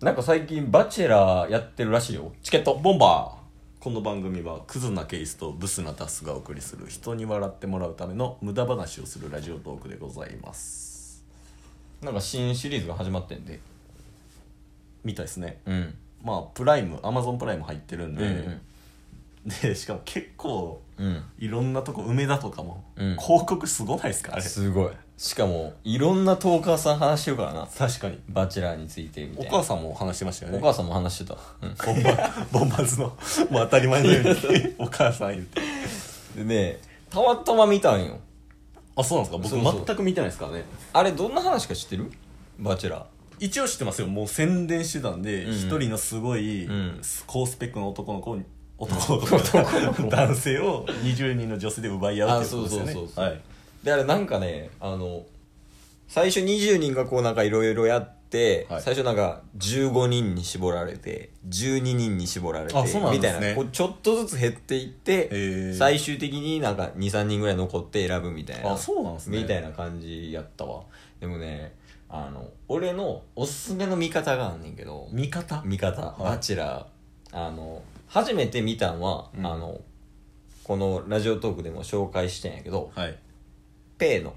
なんか最近バチェラーやってるらしいよチケットボンバーこの番組はクズなケースとブスなタスがお送りする人に笑ってもらうための無駄話をするラジオトークでございますなんか新シリーズが始まってんでみたいですねうんまあプライムアマゾンプライム入ってるんで、うんうんでしかも結構うんいろんなとこ梅田とかも、うん広告すごないですかあれすごいしかもいろんなトーカーさん話してるからな確かにバチェラーについてみたおいな母さんも話してましたよねお母さんも話してた、うんボンバーボンバーズのもう当たり前のよう にお母さん言ってでねたまたま見たんよあそうなんですそかうそう僕全く見てないですからねあれどんな話か知ってるバチェラ一応知ってますよもう宣伝してたんうでんうん一、人のすごい、うん高スペックの男の子に男の子 男男性を20人の女性で奪い合うっていうことですよねあそうそうそうそうはい、ーであれなんかねあの最初20人がこうなんかいろいろやって、はい最初なんか15人に絞られて12人に絞られてあそうなんみでたすいねなこうちょっとずつ減っていって、へー最終的になんか23人ぐらい残って選ぶみたいなあそうなんですねみたいな感じやったわでもねあの俺のおすすめの見方があんねんけど味方見方、はいバチェラーあの初めて見たんは、うんあのこのラジオトークでも紹介してんやけど、はいペイの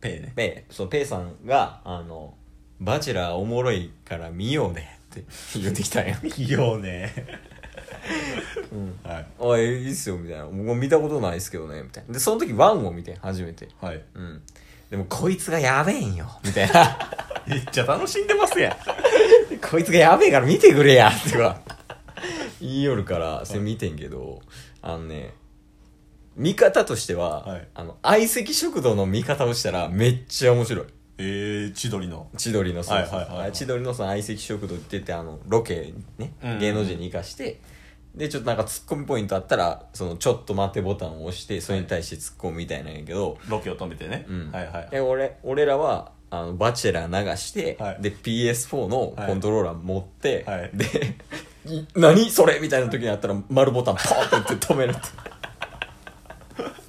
ペイねペイそうペイさんがあの「バチェラーおもろいから見ようね」って 言ってきたんやいいよね、はい「おいいいっすよ」みたいな「僕も見たことないっすけどね」みたいなでその時ワンを見てん初めてはいうんでもこいつがやべえんよみたいな めっちゃ楽しんでますやんこいつがやべえから見てくれやっては 言いよるからそれ見てんけど、あのね見方としては、はいあの相席食堂の見方をしたらめっちゃ面白いえー、千鳥の千鳥のさん、はいはいはいはい千鳥のさん相席食堂って言ってあのロケね、うん芸能人に生かしてでちょっとなんかツッコミポイントあったらそのちょっと待てボタンを押してそれに対してツッコむみたいなんやけど、ロケを止めてね、うんはいはいで俺俺らはあのバチェラー流して、はいで PS4 のコントローラー持って、はいで「い何それ!」みたいな時にあったら丸ボタンポーンって打って止めるって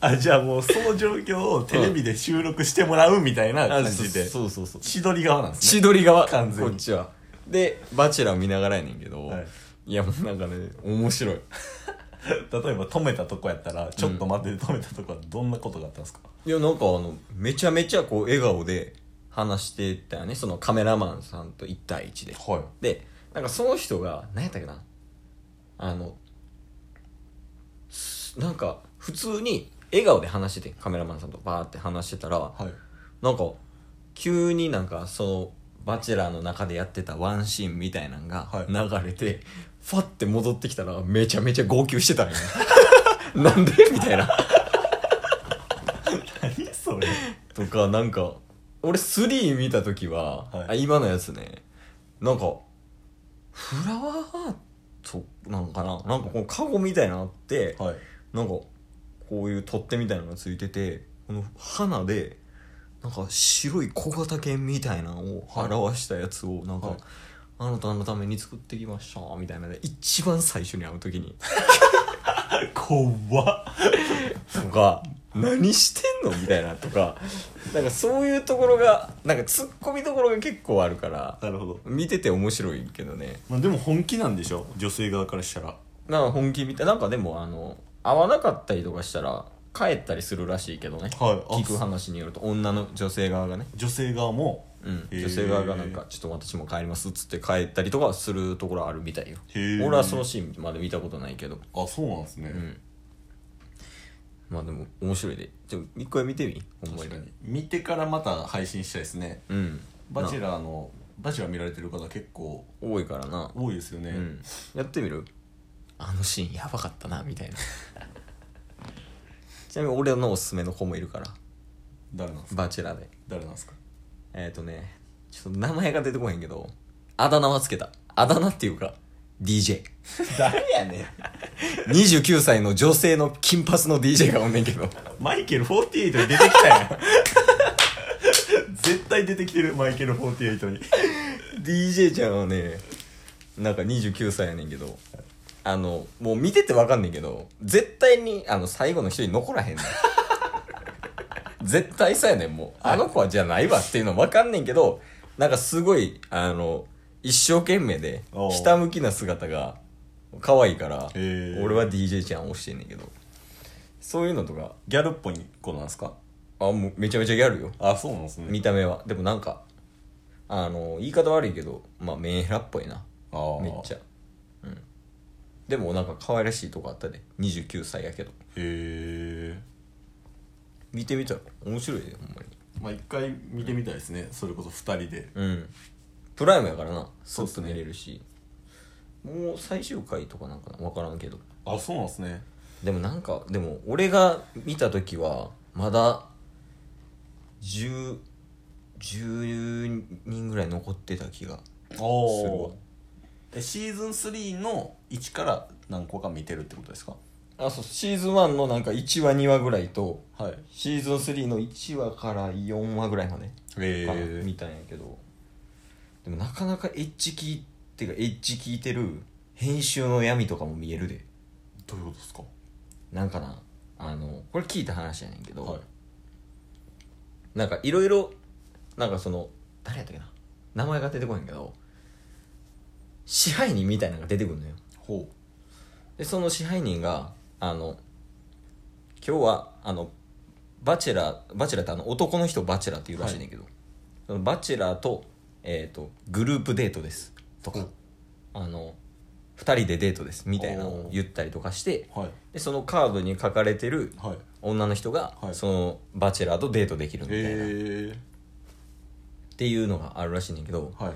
あじゃあもうその状況をテレビで収録してもらうみたいな感じで、そうそうそう 千鳥側なんです千ね鳥側完全にこっちはでバチェラー見ながらやねんけど、はいい、やもうなんかね面白い例えば止めたとこやったらちょっと待ってで止めたとこはどんなことがあったんですか、いやなんかあのめちゃめちゃこう笑顔で話してたよねそのカメラマンさんと1対1ではいでなんかその人が何やったっけなあのすなんか普通に笑顔で話しててカメラマンさんとバーって話してたらはいなんか急になんかその「バチェラー」の中でやってたワンシーンみたいなんがはい流れて、ファって戻ってきたらめちゃめちゃ号泣してたんよ なんでみたいな何それとかなんか俺3見た時は、はいあ今のやつねなんかフラワーハートなんかななんかこのカゴみたいなのあって、はいなんかこういう取っ手みたいなのがついててこの花でなんか白い小型犬みたいなのを表したやつをなんか、はいあなたのために作ってきましたみたいなで一番最初に会う時に怖っとか何してんのみたいなとかなんかそういうところがなんかツッコミどころが結構あるからなるほど、見てて面白いけどねまあ、でも本気なんでしょ女性側からしたらなんか本気みたいなんかでもあの会わなかったりとかしたら帰ったりするらしいけどね、はいあ聞く話によると女の女性側がね、女性側もうん、へー女性側がなんか「ちょっと私も帰ります」っつって帰ったりとかするところあるみたいよへー俺はそのシーンまで見たことないけどあそうなんですね、うんまあでも面白いでじゃあ一回見てみほんま確にかに見てからまた配信したいですねうんバチェラーのバチェラー見られてる方結構な多いからな、多いですよね、うん、やってみるあのシーンやばかったなみたいな ちなみに俺のおすすめの子もいるから誰なんですかバチェラーで誰なんですかえっ、とね、ちょっと名前が出てこへんけど、あだ名はつけた。あだ名っていうか、DJ。 誰やねん29歳の女性の金髪の DJ がおんねんけど。マイケル48に出てきた やん絶対出てきてるマイケル48に DJ ちゃんはね、なんか29歳やねんけど、あの、もう見ててわかんねんけど、絶対に、あの、最後の一人残らへんねん。 絶対そうやねん、もう。あの子はじゃないわっていうのわかんねんけど、なんかすごい、あの、一生懸命でおうひたむきな姿が可愛いからへー俺は DJ ちゃんを推してんねんけどそういうのとかギャルっぽい子なんですかあもうめちゃめちゃギャルよあそうなんですね見た目はでもなんかあの言い方悪いけどまあメンヘラっぽいなあーめっちゃうんでもなんか可愛らしいとこあったで29歳やけどへえ見てみたら面白いでほんまにまあ一回見てみたいですねそれこそ2人でうんプライムやからなそそうっっとすね見れるしもう最終回とかなんかな分からんけどあそうなんですねでもなんかでも俺が見た時はまだ1010人ぐらい残ってた気がするわおえシーズン3の1から何個か見てるってことですかあそうシーズン1のなんか1話2話ぐらいとはいシーズン3の1話から4話ぐらいまでえかな見たんやけどでもなかなかエッジ聞いてかエッジ聞いてる編集の闇とかも見えるでどういうことですかなんかなあのこれ聞いた話やねんけど、はいなんかいろいろなんかその誰やったっけな名前が出てこへんけど支配人みたいなのが出てくるのよほでその支配人があの今日はあのバチェラーバチェラーってあの男の人をバチェラーっていうらしいねんけど、そのバチェラーと,、えー、とグループデートですとか、あの2人でデートですみたいなのを言ったりとかしてうはいでそのカードに書かれてるはい女の人が、はいそのバチェラーとデートできるみたいな、えっていうのがあるらしいねんけどはい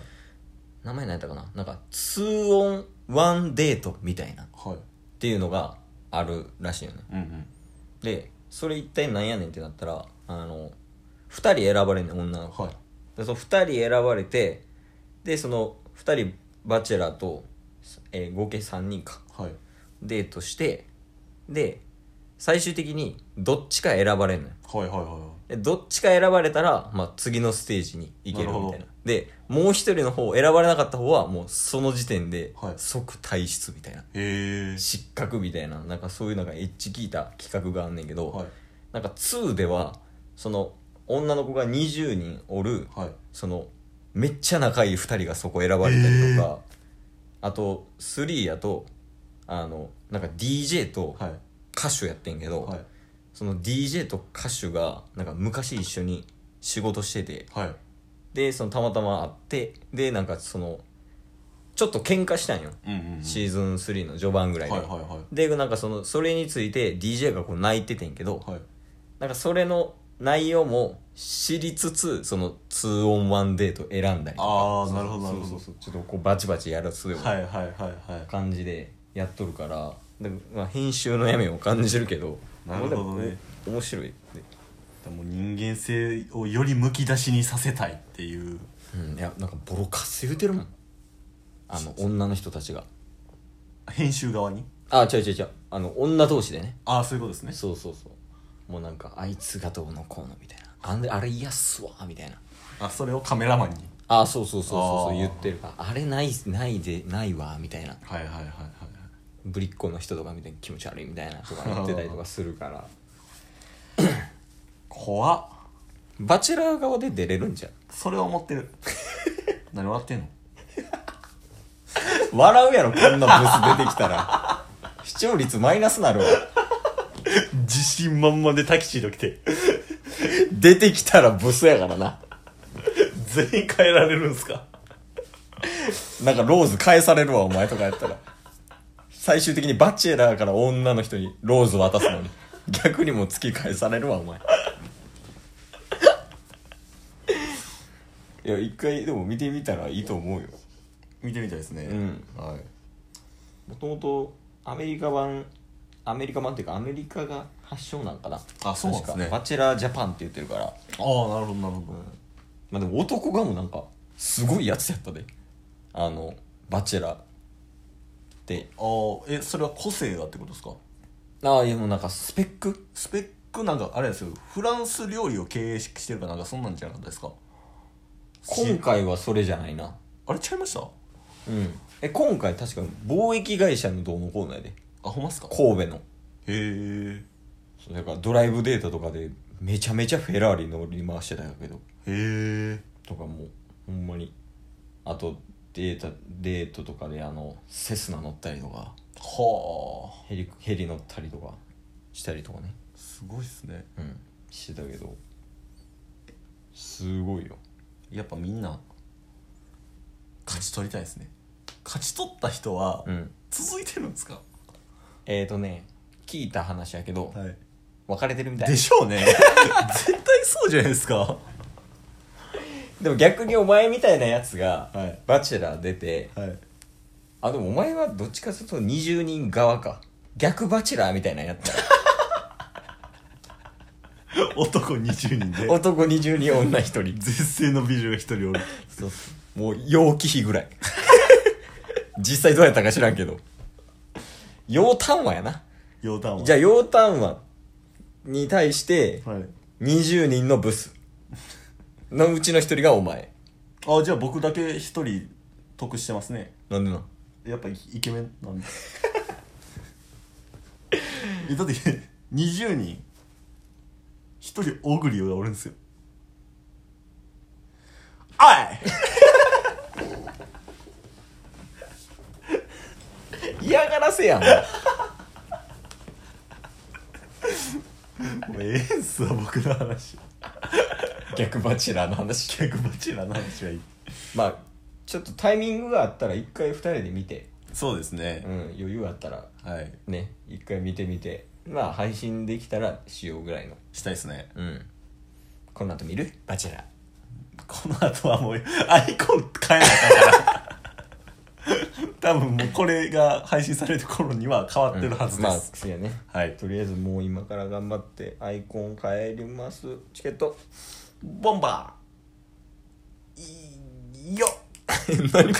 名前何やったかななんか2オン1デートみたいなっはいていうのがあるらしいよねうんうんでそれ一体なんやねんってなったらあの2人選ばれんねん女の子、はいでその2人選ばれてでその2人バチェラーと、えー合計3人かはいデートしてで最終的にどっちか選ばれんのよはいはいはでどっちか選ばれたら、まあ、次のステージに行けるみなたいるなほどでもう一人の方選ばれなかった方はもうその時点ではい即退出みたいな、いへえ失格みたいななんかそういうなんかエッジ効いた企画があんねんけど、はいなんか2ではその女の子が20人おるはいそのめっちゃ仲いい2人がそこ選ばれたりとか、あと3やとあのなんか DJ とはい歌手やってんけど、はいその DJ と歌手がなんか昔一緒に仕事しててはいでそのたまたま会ってでなんかそのちょっと喧嘩したんよ、うんうんうんシーズン3の序盤ぐらいで、はいはいはでなんかそのそれについて DJ がこう泣いててんけど、いはいなんかそれの内容も知りつつその 2on1 デート選んだりとかああなるほどなるほそうそどうそうちょっとこうバチバチやらすようはないはいはいはい感じでやっとるから、でまあ、編集の闇を感じるけどなるほどねお面白いねでも人間性をよりむき出しにさせたいっていううんいやなんかボロカス言うてるもんあの女の人たちが編集側にあ違う違う違うあの女同士でねああそういうことですねそうそうそうもうなんかあいつがどうのこうのみたいなあんであれ嫌っすわみたいなあそれをカメラマンにあそうそうそうそうそあうー言ってるああれないないでないわみたいなはいはいはいはいぶりっ子の人とか見て気持ち悪いみたいなとか言ってたりとかするから怖っバチェラー側で出れるんじゃんそれを思って る何笑ってんの笑うやろこんなブス出てきたら 視聴率マイナスなるわ自信満々でタキシード来て出てきたらブスやからな全員変えられるんすかなんかローズ返されるわお前とかやったら最終的にバチェラーから女の人にローズ渡すのに逆にもう突き返されるわお前いや一回でも見てみたらいいと思うよ見てみたいですねうんはいもともとアメリカ版アメリカ版っていうかアメリカが発祥なんかなあそうなんですね確かバチェラージャパンって言ってるからああなるほどなるほど、まあでも男がもうなんかすごいやつやったであのバチェラーでああえそれは個性がってことですかああいやもうなんかスペックスペックなんかあれですよフランス料理を経営してるかなんかそんなんじゃなかったですか今回はそれじゃないなあれ違いましたあうんえ今回確か貿易会社のどうのこうのやでほんまっすかへ神戸のえそれからドライブデートとかでめちゃめちゃフェラーリ乗り回してたんやけどへえとかもうほんまにあとデータデートとかであのセスナ乗ったりとかはあヘリヘリ乗ったりとかしたりとかねすごいっすねうんしてたけどすごいよやっぱみんな勝ち取りたいですね勝ち取った人はうん続いてるんですか、えーとね聞いた話やけどはい別れてるみたいでしょうね 絶対そうじゃないですかでも逆にお前みたいなやつがはいバチェラー出てはいあでもお前はどっちかすると20人側か逆バチェラーみたいなやつだ 男20人で男20人女1人絶世の美女が一人おるそうもう陽気比ぐらい 実際どうやったか知らんけど陽丹和やなヨタンはじゃあ陽丹和に対してはい20人のブスのうちの1人がお前あじゃあ僕だけ一人得してますねなんでなやっぱイケメン なんでえだって20人一人オグリがおるんですよお 嫌がらせやんいもうええんすわ僕の話 逆バチェラーの話逆バチェラーの話はいいまあちょっとタイミングがあったら一回二人で見て、そうですうね、ん、余裕あったらはいね一回見てみてまあ配信できたらしようぐらいのしたいですねうんこの後見るバチェラーこの後はもうアイコン変えなあかんから多分もうこれが配信される頃には変わってるはずです、まあそうやねはいとりあえずもう今から頑張ってアイコン変えりますチケット ボンバーいいよ何